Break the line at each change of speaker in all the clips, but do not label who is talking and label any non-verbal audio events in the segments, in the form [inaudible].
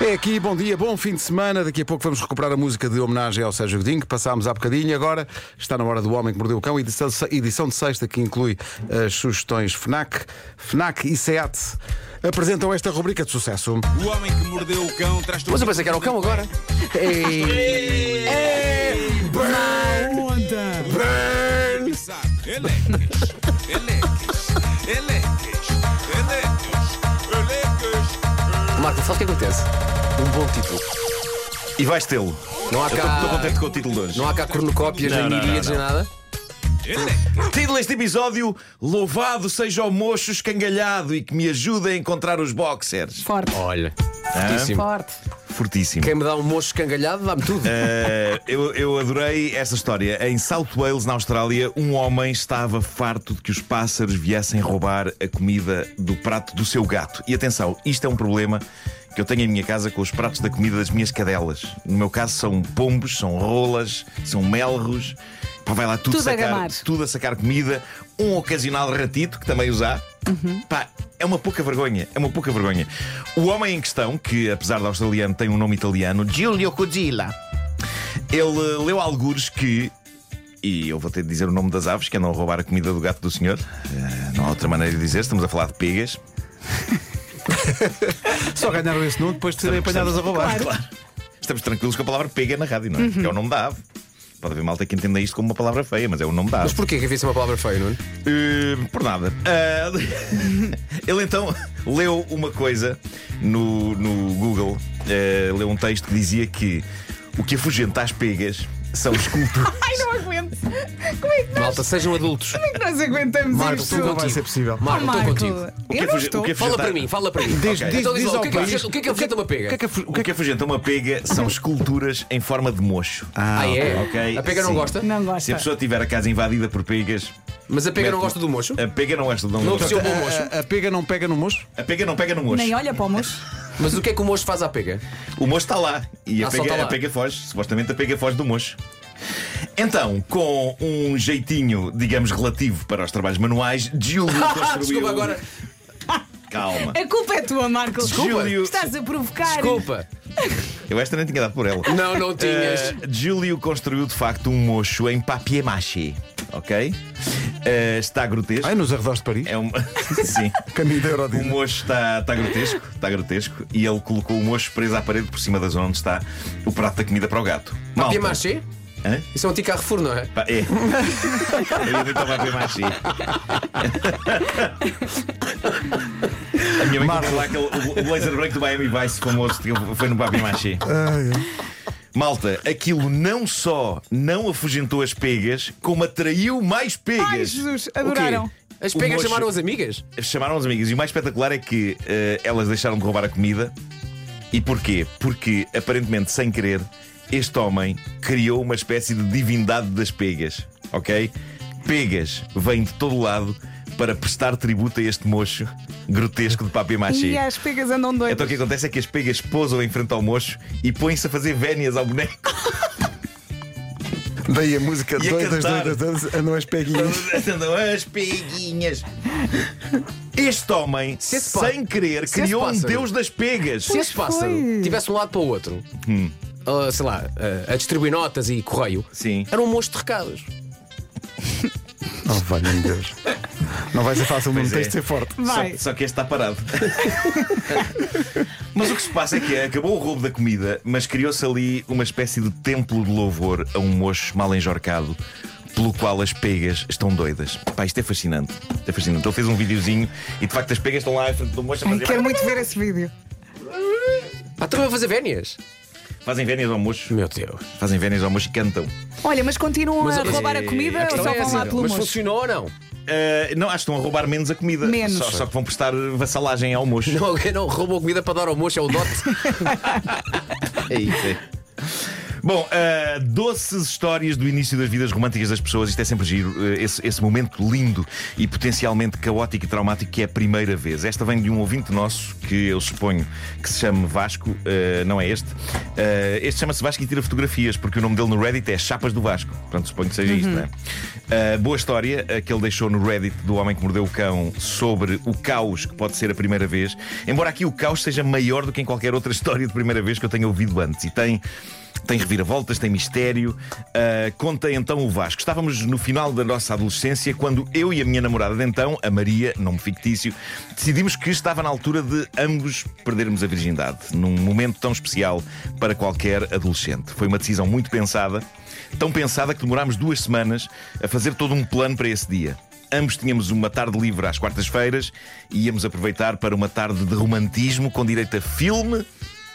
É aqui, bom dia, bom fim de semana. Daqui a pouco vamos recuperar a música de homenagem ao Sérgio Godinho, que passámos há bocadinho. Agora está na hora do Homem que Mordeu o Cão, edição, edição de sexta, que inclui as sugestões FNAC, FNAC e SEAT. Apresentam esta rubrica de sucesso.
O homem que mordeu o cão traz
Mas eu pensei que era o cão agora.
Pensar. Elecas, é elecas, é elecas, é elecas, elecas.
Marco, sabe o que acontece? Um bom título.
E vais tê-lo.
Não há
Eu estou
cá,
contente com o título de hoje.
não há cá cornucópias, nem
Não, não,
miríades,
não,
nem nada.
é
Título deste episódio: Louvado seja o mocho escangalhado e que me ajude a encontrar os boxers.
Forte.
Olha, fortíssimo.
Forte.
Fortíssimo.
Quem me dá um mocho escangalhado dá-me tudo.
Eh, eu, eu adorei esta história. Em South Wales, na Austrália, um homem estava farto de que os pássaros viessem roubar a comida do prato do seu gato. E atenção, isto é um problema que eu tenho em minha casa com os pratos da comida das minhas cadelas. No meu caso, são pombos, são rolas, são melros. Pá, vai lá tudo,
Tudo a
sacar,
gamar.
tudo a sacar comida. Um ocasional ratito, que também usar.
Uhum.
Pá, é uma pouca vergonha, é uma pouca vergonha. O homem em questão, que apesar de australiano tem um nome italiano, Giulio Cogila, ele eh, leu algures que. E eu vou ter de dizer o nome das aves que andam a roubar a comida do gato do senhor. Eh, não há outra maneira de dizer, estamos a falar de pegas.
Só ganharam esse nome depois de serem apanhadas a roubar.
Claro. Estamos tranquilos com a palavra pega na rádio, não é? Que é o nome da ave. Pode haver malta que entenda isto como uma palavra feia, mas é o nome da ave.
Mas porquê que havia uma palavra feia, Nuno?
Eh, [laughs] por nada. Ah, ele então leu uma coisa no, no Google, eh, leu um texto que dizia que o que afugenta às pegas são esculturas.
Ai, não aguento. Como é que nós,
Malta, sejam adultos.
como é que nós aguentamos
Marco,
isto?
estou
Não vai
contigo.
ser possível.
Marco,
Oh,
estou
Marco,
contigo.
O que é
eu não
fugi-
estou.
o que é fugi-
Fala para mim, fala para mim.
Diz-
Ok. Então
diz- diz ao
lá, o que é que
país-
afugenta- o que é que afugenta uma pega?
O que é que af-
O que afugenta uma pega são esculturas em forma de mocho.
Ah, é?
ok,
A pega não
sim.
gosta?
Não gosta.
Se a pessoa tiver a casa invadida por pegas,
Mas a pega não
mete-
gosta do mocho?
A pega não gosta do
Não
mocho.
ofereceu um bom mocho.
Eh, A, a pega não pega no mocho?
A pega não pega no mocho.
Nem olha para o mocho.
Mas o que é que o mocho faz à
[laughs]
pega?
O mocho está lá e a,
Ah, só
pega,
está lá.
a pega foge. Supostamente a pega foge do mocho. Então, com um jeitinho, digamos, relativo para os trabalhos manuais, Júlio construiu.
[laughs] Ah,
um-
Desculpa agora.
Calma.
A culpa é tua, Marco.
Júlio-
Estás a provocar.
Desculpa.
Eu esta nem tinha dado por ela.
Não,
[laughs]
não tinhas.
Eh, Júlio construiu de facto um mocho em papier mâché, ok? Eh, está grotesco.
Ai, nos arredores de Paris.
É um... [laughs] Sim.
Caminho da
O
Eurodina.
mocho está, está grotesco, está grotesco, e ele colocou o mocho preso à parede por cima da zona onde está o prato da comida para o gato. Malta.
Papier mâché?
Hã?
Isso é um ticarrefour, não é?
Pá, é. Eu ia tentar ver mais sim. A minha mãe comprou lá aquele, o- o blazer break do Miami Vice famoso que foi no Papi Machi. Malta, aquilo não só não afugentou as pegas, como atraiu mais
Ai,
pegas.
Jesus,
O quê?
adoraram.
As
O
pegas
mocho-
chamaram as amigas?
Chamaram os amigos e o mais espetacular é que eh, elas deixaram de roubar a comida. E porquê? Porque, aparentemente, sem querer, este homem criou uma espécie de divindade das pegas, ok? Pegas vêm de todo lado para prestar tributo a este mocho grotesco de papier
E é-
machê.
as pegas andam doidas.
Então o que acontece é que as pegas posam em frente ao mocho e põem-se a fazer vénias ao boneco.
[laughs]
Daí a música
E a
doidas,
cantar.
doidas, doidas, andam as peguinhas.
Andam as peguinhas. Este homem,
Se esse pá-
sem querer,
se esse
criou um
pássaro-
deus das pegas.
Se esse pássaro
foi.
tivesse um lado para o outro,
Hum.
ah, sei lá, ah, a distribuir notas e correio,
Sim.
era um mocho de recados.
Oh, valha-me Deus. Não vai ser fácil, não
Pois
tens
é.
de ser forte.
Vai.
Só, só que este está parado. [laughs] mas o que se passa é que acabou o roubo da comida, mas criou-se ali uma espécie de templo de louvor a um mocho mal enjorcado. Pelo qual as pegas estão doidas. Pá, isto é fascinante. Isto é fascinante. Ele fez um videozinho e de facto as pegas estão lá em frente do mocho a
Ai, é
fazer.
quero muito ver esse vídeo.
Ah, também a fazer vénias?
Fazem vénias ao mocho.
Meu Deus.
Fazem vénias ao mocho e cantam.
Olha, mas continuam
Mas,
a
mas,
roubar
eh,
a
a
comida ou
questão
só
é
vão lá
essa,
pelo
assim, mas
mocho?
funcionou ou não?
Ah, não, acho que estão a roubar menos a comida.
Menos.
Só, só que vão prestar vassalagem ao mocho.
Não, alguém não roubou comida para dar ao mocho, é o dote.
[laughs] É isso. é. Bom, ah, doces histórias do início das vidas românticas das pessoas, isto é sempre giro, eh, esse, esse momento lindo e potencialmente caótico e traumático que é a primeira vez. Esta vem de um ouvinte nosso que eu suponho que se chame Vasco, eh, não é este, Eh, este chama-se Vasco e tira fotografias, porque o nome dele no Reddit é Chapas do Vasco. Portanto, suponho que seja isto, não é? Eh, boa história eh, que ele deixou no Reddit do Homem que Mordeu o Cão sobre o caos que pode ser a primeira vez. Embora aqui o caos seja maior do que em qualquer outra [laughs] história de primeira vez que eu tenha ouvido antes. E tem. Tem reviravoltas, tem mistério. Ah, conta então o Vasco. Estávamos no final da nossa adolescência quando eu e a minha namorada de então, a Maria, nome fictício, decidimos que estava na altura de ambos perdermos a virgindade, num momento tão especial para qualquer adolescente. Foi uma decisão muito pensada, tão pensada que demorámos duas semanas a fazer todo um plano para esse dia. Ambos tínhamos uma tarde livre às quartas-feiras e íamos aproveitar para uma tarde de romantismo com direito a filme,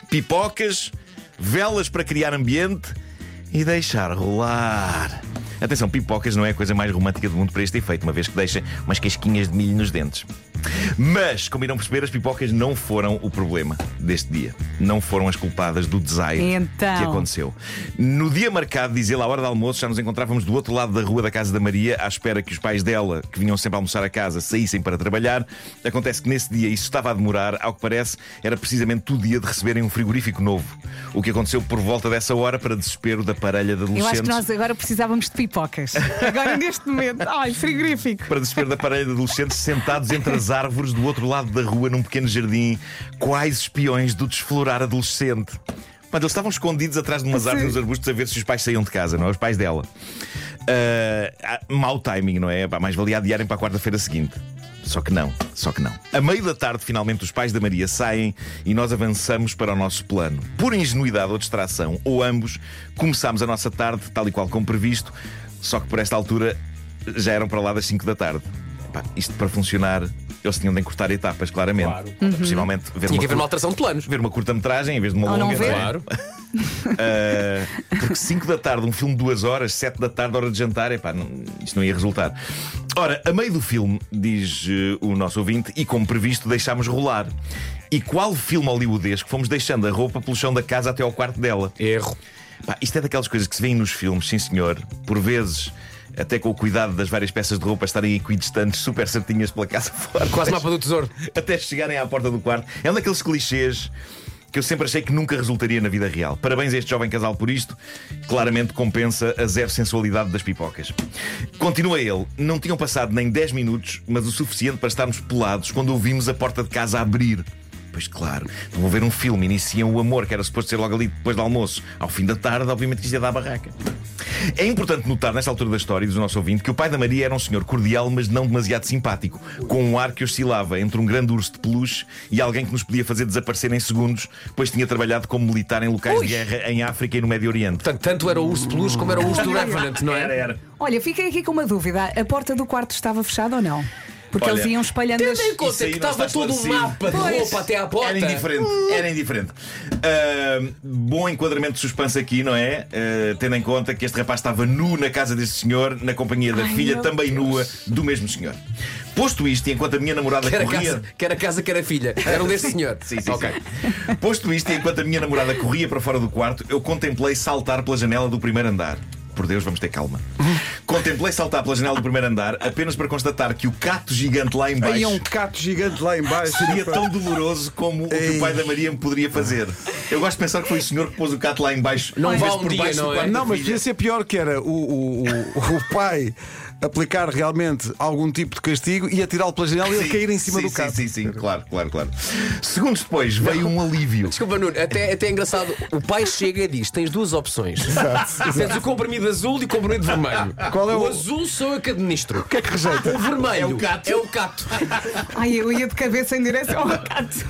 pipocas, velas para criar ambiente e deixar rolar. Atenção, pipocas não é a coisa mais romântica do mundo para este efeito, uma vez que deixa umas casquinhas de milho nos dentes. Mas, como irão perceber, as pipocas não foram o problema deste dia. Não foram as culpadas do desaire
Então.
que aconteceu aconteceu. No dia marcado, diz ele, à hora do almoço, já nos encontrávamos do outro lado da rua da casa da Maria, à espera que os pais dela, que vinham sempre almoçar a casa, saíssem para trabalhar. Acontece que nesse dia isso estava a demorar, ao que parece, era precisamente o dia de receberem um frigorífico novo. O que aconteceu por volta dessa hora, para desespero da parelha de adolescentes.
Eu acho que nós agora precisávamos de
[laughs]
pipocas. Agora, neste momento. Ai, frigorífico.
para desespero da parelha de adolescentes sentados entre as árvores do outro lado da rua, num pequeno jardim, quais espiões do desflorar adolescente. Mas eles estavam escondidos atrás de umas
Sim.
árvores nos arbustos a ver se os pais saíam de casa, não é? Os pais dela. Ah, ah, mau timing, não é? Pá, mais valia adiarem para a quarta-feira seguinte. Só que não, só que não. A meio da tarde, finalmente, os pais da Maria saem e nós avançamos para o nosso plano. Por ingenuidade ou distração, ou ambos, começámos a nossa tarde, tal e qual como previsto, só que por esta altura já eram para lá das 5 da tarde. Epá, isto para funcionar, eles tinham de encurtar etapas, claramente. Uhum.
Claro.
Uhum.
Possivelmente ver
Tinha
uma,
que haver uma
cur-
alteração de planos.
ver uma curta-metragem em vez de uma
Ou
longa.
não ver.
é?
Claro.
Uh, porque 5 da tarde, um filme de 2 horas, 7 da tarde, hora de jantar, epá, não, isto não ia resultar. Ora, a meio do filme, diz eh, o nosso ouvinte, e como previsto, deixámos rolar. E qual filme hollywoodês que fomos deixando a roupa pelo chão da casa até ao quarto dela?
Erro.
Pá, isto é daquelas coisas que se vêem nos filmes, sim senhor, por vezes. Até com o cuidado das várias peças de roupa estarem equidistantes, super certinhas pela casa fora.
Quase
até,
mapa do tesouro.
[laughs] até chegarem à porta do quarto. É um daqueles clichês que eu sempre achei que nunca resultaria na vida real. Parabéns a este jovem casal por isto. Claramente compensa a zero sensualidade das pipocas. Continua ele. Não tinham passado nem 10 minutos, mas o suficiente para estarmos pelados quando ouvimos a porta de casa abrir. Pois claro, vão ver um filme, iniciam o amor, que era suposto ser logo ali depois do almoço. Ao fim da tarde, obviamente que isto ia dar a barraca. É importante notar, nesta altura da história e do nosso ouvinte, que o pai da Maria era um senhor cordial, mas não demasiado simpático, com um ar que oscilava entre um grande urso de peluche e alguém que nos podia fazer desaparecer em segundos, pois tinha trabalhado como militar em locais
Ui.
de guerra em África e no Médio Oriente.
Portanto, tanto era o urso peluche como era o urso do Revenant, não
Era,
é?
era.
Olha, fiquei aqui com uma dúvida. A porta do quarto estava fechada ou não? Porque
Olha,
eles iam espalhando as.
Tendo em
Isso
conta
aí
que
não
estava
está
todo um
esclarecido.
mapa de
Pois.
roupa até à
Era
porta.
indiferente, era indiferente. Ahm, bom enquadramento de suspense aqui, não é? Ah, tendo em conta que este rapaz estava nu na casa deste senhor, na companhia da
Ai,
filha,
meu
também nua, do mesmo senhor. Posto isto, e enquanto a minha namorada
Que era
corria.
casa, que era casa, que era filha. Era um deste senhor.
Sim, sim,
Ok.
sim. Posto isto, e enquanto a minha namorada corria para fora do quarto, eu contemplei saltar pela janela do primeiro andar. Por Deus, vamos ter calma. Contemplei saltar pela janela do primeiro andar apenas para constatar que o cato gigante lá em
Aí é
baixo
um cato gigante lá em baixo.
seria tão doloroso como o que o pai da Maria me poderia fazer. Eu gosto de pensar que foi o senhor que pôs o cato lá em baixo.
Não
em
vá
vez de
um
por
dia,
baixo do
não é?
quarto da
Não, mas
filha.
devia ser pior que era o, o, o, o pai aplicar realmente algum tipo de castigo e atirá-lo pela janela e ele
Sim,
cair em cima
sim,
do carro.
Sim, sim, sim, claro, claro, claro. Segundos depois veio um alívio.
Desculpa, Nuno, até, até é engraçado. O pai chega e diz: tens duas opções.
[laughs]
Tens o comprimido azul e o comprimido vermelho.
Qual é o-
azul sou eu que administro.
O que é que rejeita?
O vermelho
É o cato.
É o
[laughs]
cato.
Ai, eu ia de cabeça em direção ao gato.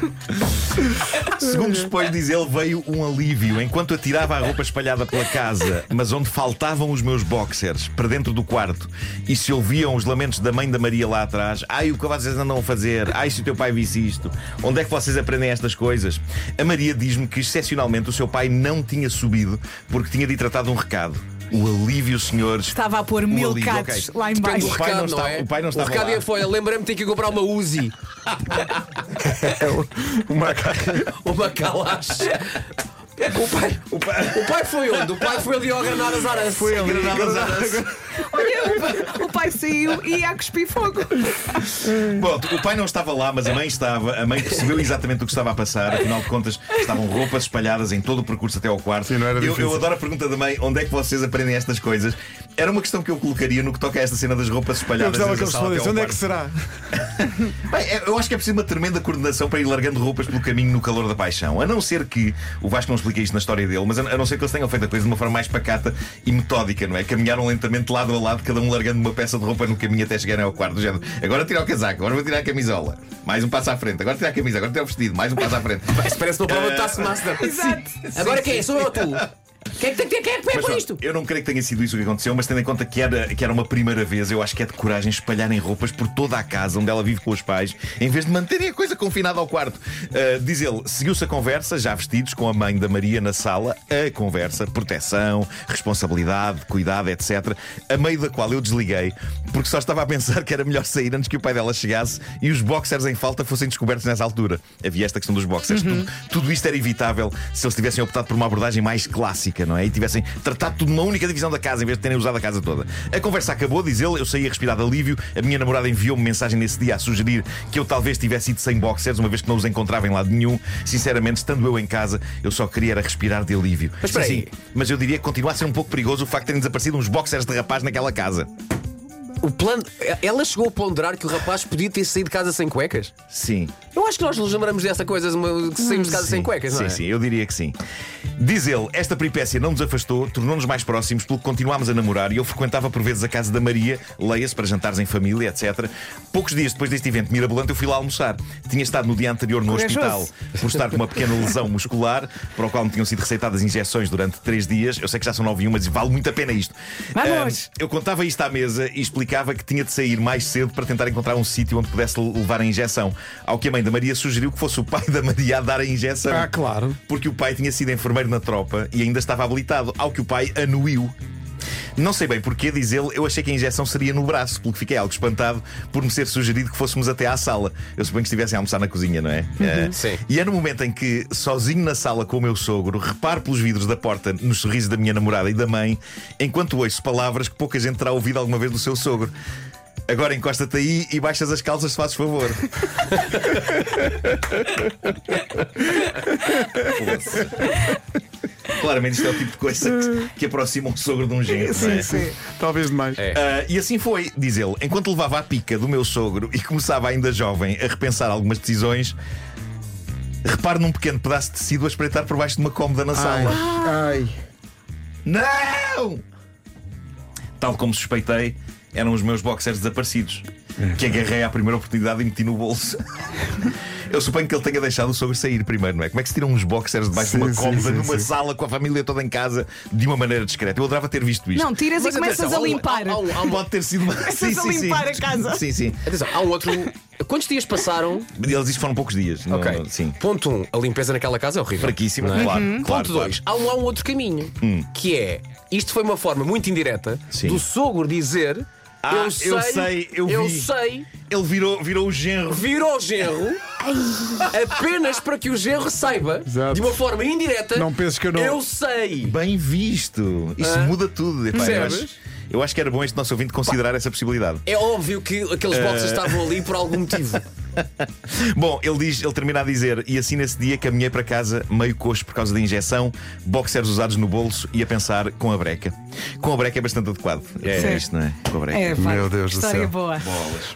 Segundos depois, diz ele, veio um alívio. Enquanto atirava a roupa espalhada pela casa, mas onde faltavam os meus boxers, para dentro do quarto, e se ouviam os lamentos da mãe da Maria lá atrás: Ai, o que vocês andam a fazer? Ai, se o teu pai visse isto? Onde é que vocês aprendem estas coisas? A Maria diz-me que, excepcionalmente, o seu pai não tinha subido porque tinha de lhe tratar de um recado. O alívio, senhores.
Estava a pôr
O
mil
alívio,
catos
ok.
lá em
Depende
baixo.
do
pai não
recado, não
está-
é?
o pai não
O
estava
recado
lá.
é foi: lembrei-me de ter que comprar uma Uzi,
[laughs] É o- uma
[laughs] uma Kalash. O pai,
O pai...
o pai foi onde? O pai foi ali ao Granadas Aranço.
Foi ali.
Granadas Aras.
Olha, o, o pai saiu e ia a cuspir fogo.
[laughs] Bom, o pai não estava lá, mas a mãe estava. A mãe percebeu exatamente o que estava a passar. Afinal de contas, estavam roupas espalhadas em todo o percurso até ao quarto.
Sim, não era
eu,
difícil.
eu adoro a pergunta da mãe: onde é que vocês aprendem estas coisas? Era uma questão que eu colocaria no que toca a esta cena das roupas
Eu
espalhadas.
gostava que
desde a
eles
sala
respondessem.
até ao
Onde é que
quarto.
será?
Bem, é- eu acho que é preciso uma tremenda coordenação para ir largando roupas pelo caminho no calor da paixão. A não ser que, o Vasco não explica isto na história dele, mas a a não ser que eles tenham feito a coisa de uma forma mais pacata e metódica, não é? Caminharam lentamente lado a lado, cada um largando uma peça de roupa no caminho até chegarem ao quarto. Do género, agora tirar o casaco, agora vou tirar a camisola, mais um passo à frente, agora tirar a camisa, agora tirar o vestido, mais um passo à frente.
Isso parece uma
Eh,
prova de Taskmaster.
Exato.
Agora quem é? Sou eu ou tu? Quem é que tem que- quem é que é
Mas
por
pronto,
isto?
Eu não creio que tenha sido isso que aconteceu, mas tendo em conta que era, que era uma primeira vez, eu acho que é de coragem espalharem roupas por toda a casa onde ela vive com os pais, em vez de manterem a coisa confinada ao quarto. Ah, diz ele, seguiu-se a conversa, já vestidos, com a mãe da Maria na sala, a conversa, proteção, responsabilidade, cuidado, etc. A meio da qual eu desliguei, porque só estava a pensar que era melhor sair antes que o pai dela chegasse e os boxers em falta fossem descobertos nessa altura. Havia esta questão dos boxers.
Uhum.
Tudo, tudo isto era evitável se eles tivessem optado por uma abordagem mais clássica, não é? E tivessem tratado tudo numa única divisão da casa em vez de terem usado a casa toda. A conversa acabou, diz ele, eu saí a respirar de alívio. A minha namorada enviou-me mensagem nesse dia a sugerir que eu talvez tivesse ido sem boxers, uma vez que não os encontrava em lado nenhum. Sinceramente, estando eu em casa, eu só queria era respirar de alívio.
Mas
Sim,
espera
sim,
aí.
mas eu diria que continua a ser um pouco perigoso o facto de terem desaparecido uns boxers de rapaz naquela casa.
O plano. Ela chegou a ponderar que o rapaz podia ter saído de casa sem cuecas?
Sim.
Eu acho que nós nos lembramos dessa coisa uma- que saímos de casa sem
Sim,
cuecas,
sim,
não é?
sim, eu diria que sim. Diz ele, esta peripécia não nos afastou, tornou-nos mais próximos, pelo que continuámos a namorar e eu frequentava por vezes a casa da Maria, leia-se para jantares em família, etc. Poucos dias depois deste evento mirabolante, eu fui lá almoçar. Tinha estado no dia anterior no
Corajoso.
hospital [laughs] por estar com uma pequena lesão muscular, para o qual me tinham sido receitadas injeções durante três dias. Eu sei que já são nove e uma, mas vale muito a pena isto.
Vamos!
Ahm, eu contava isto à mesa e explicava que tinha de sair mais cedo para tentar encontrar um sítio onde pudesse levar a injeção. Ao que a mãe da Maria sugeriu que fosse o pai da Maria a dar a injeção.
Ah, claro.
Porque o pai tinha sido enfermeiro na tropa e ainda estava habilitado, ao que o pai anuiu. Não sei bem porquê, diz ele, eu achei que a injeção seria no braço, pelo que fiquei algo espantado por me ser sugerido que fôssemos até à sala. Eu suponho que estivessem a almoçar na cozinha, não é? É.
Sim.
E é no momento em que, sozinho na sala com o meu sogro, reparo pelos vidros da porta nos sorrisos da minha namorada e da mãe, enquanto ouço palavras que pouca gente terá ouvido alguma vez do seu sogro. Agora encosta-te aí e baixas as calças, se fazes favor. [laughs] Foda-se. Claramente isto é o tipo de coisa que, que aproxima um sogro de um genro. não é?
Talvez demais.
É.
Ah, e assim foi, diz ele, enquanto levava a pica do meu sogro e começava ainda jovem a repensar algumas decisões, reparo num pequeno pedaço de tecido a espreitar por baixo de uma cômoda na
Ai,
sala.
ai.
Não! Tal como suspeitei, eram os meus boxers desaparecidos, que agarrei à primeira oportunidade e meti
[laughs]
no bolso. Eu suponho que ele tenha deixado o sogro sair primeiro, não é? Como é que se tiram uns boxers debaixo de
Sim,
uma
sim,
cômoda,
sim,
numa
sim.
sala, com a família toda em casa, de uma maneira discreta? Eu adorava ter visto isto.
Não, tiras
Mas
e é começas
atenção, há
a
um-
limpar.
há um- há um-
Pode ter
[laughs]
sido uma.
Começas a limpar a casa.
Sim, sim.
Atenção, há um outro. Quantos dias passaram?
Eles dizem que foram poucos dias. Não, não- sim.
Ponto 1. Um, a limpeza naquela casa é horrível.
Fraquíssimo,
Não é?
claro,
Uhum.
claro,
Ponto
claro.
2. Há, um, há um outro caminho. Que é. Isto foi uma forma muito indireta
Hum. Sim.
do sogro dizer.
Ah,
eu
eu
sei.
sei, eu vi."
sei.
Ele virou, virou o genro.
Virou o genro apenas para que o genro saiba
Exato.
de uma forma indireta.
Não penses que eu não-
Eu sei.
Bem visto. Isso
Ah.
muda tudo. Epá, eu,
Percebes?
acho, eu acho que era bom este nosso ouvinte considerar essa possibilidade.
É óbvio que aqueles boxes estavam ali por algum motivo.
Bom, ele diz, ele termina a dizer, e assim nesse dia caminhei para casa meio coxo por causa da injeção, boxers usados no bolso e a pensar com a breca. Com a breca é bastante adequado. É
Sim.
isto, não é? Com a breca.
É, vai.
Meu Deus do
História
céu.
boa.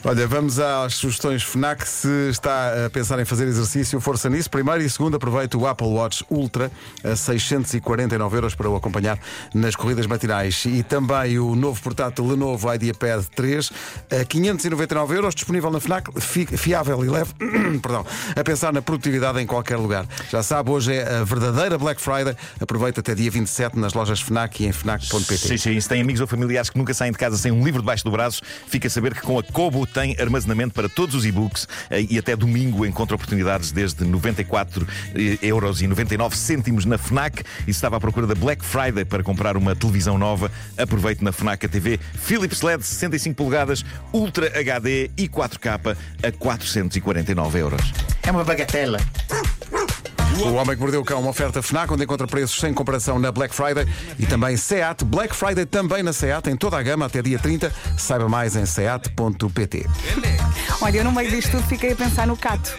Olha, vamos às sugestões FNAC. Se está a pensar em fazer exercício, força nisso. Primeiro e segundo, aproveite o Apple Watch Ultra a 649 euros para o acompanhar nas corridas matinais. E também o novo portátil Lenovo IdeaPad 3 a 599 euros, disponível na FNAC, fi- fiável e leve. [clears throat] Perdão. A pensar na produtividade em qualquer lugar. Já sabe, hoje é a verdadeira Black Friday. Aproveita até dia 27 nas lojas FNAC e em FNAC.pt.
Sim, sim. Se tem amigos ou familiares que nunca saem de casa sem um livro debaixo do braço, fica a saber que com a Kobo tem armazenamento para todos os e-books eh, e até domingo encontra oportunidades desde 94 eh, euros e 99 cêntimos na FNAC. E se estava à procura da Black Friday para comprar uma televisão nova, aproveite na FNAC a TV Philips LED 65 polegadas Ultra HD e 4K a 449 euros. É uma bagatela.
O Homem que Mordeu o Cão, uma oferta FNAC, onde encontra preços sem comparação na Black Friday e também SEAT. Black Friday também na SEAT, em toda a gama, até dia 30. Saiba mais em seat.pt.
Olha, eu no meio disto tudo fiquei a pensar no Cato.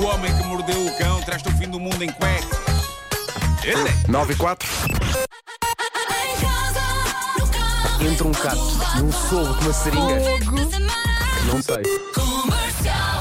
O homem que mordeu o cão traz-te o fim do mundo em cuecas. Ele é
9 e 4.
Em casa, no carro,
Entre um cato e um solo com uma seringa.
fogo.
Não sei.
Com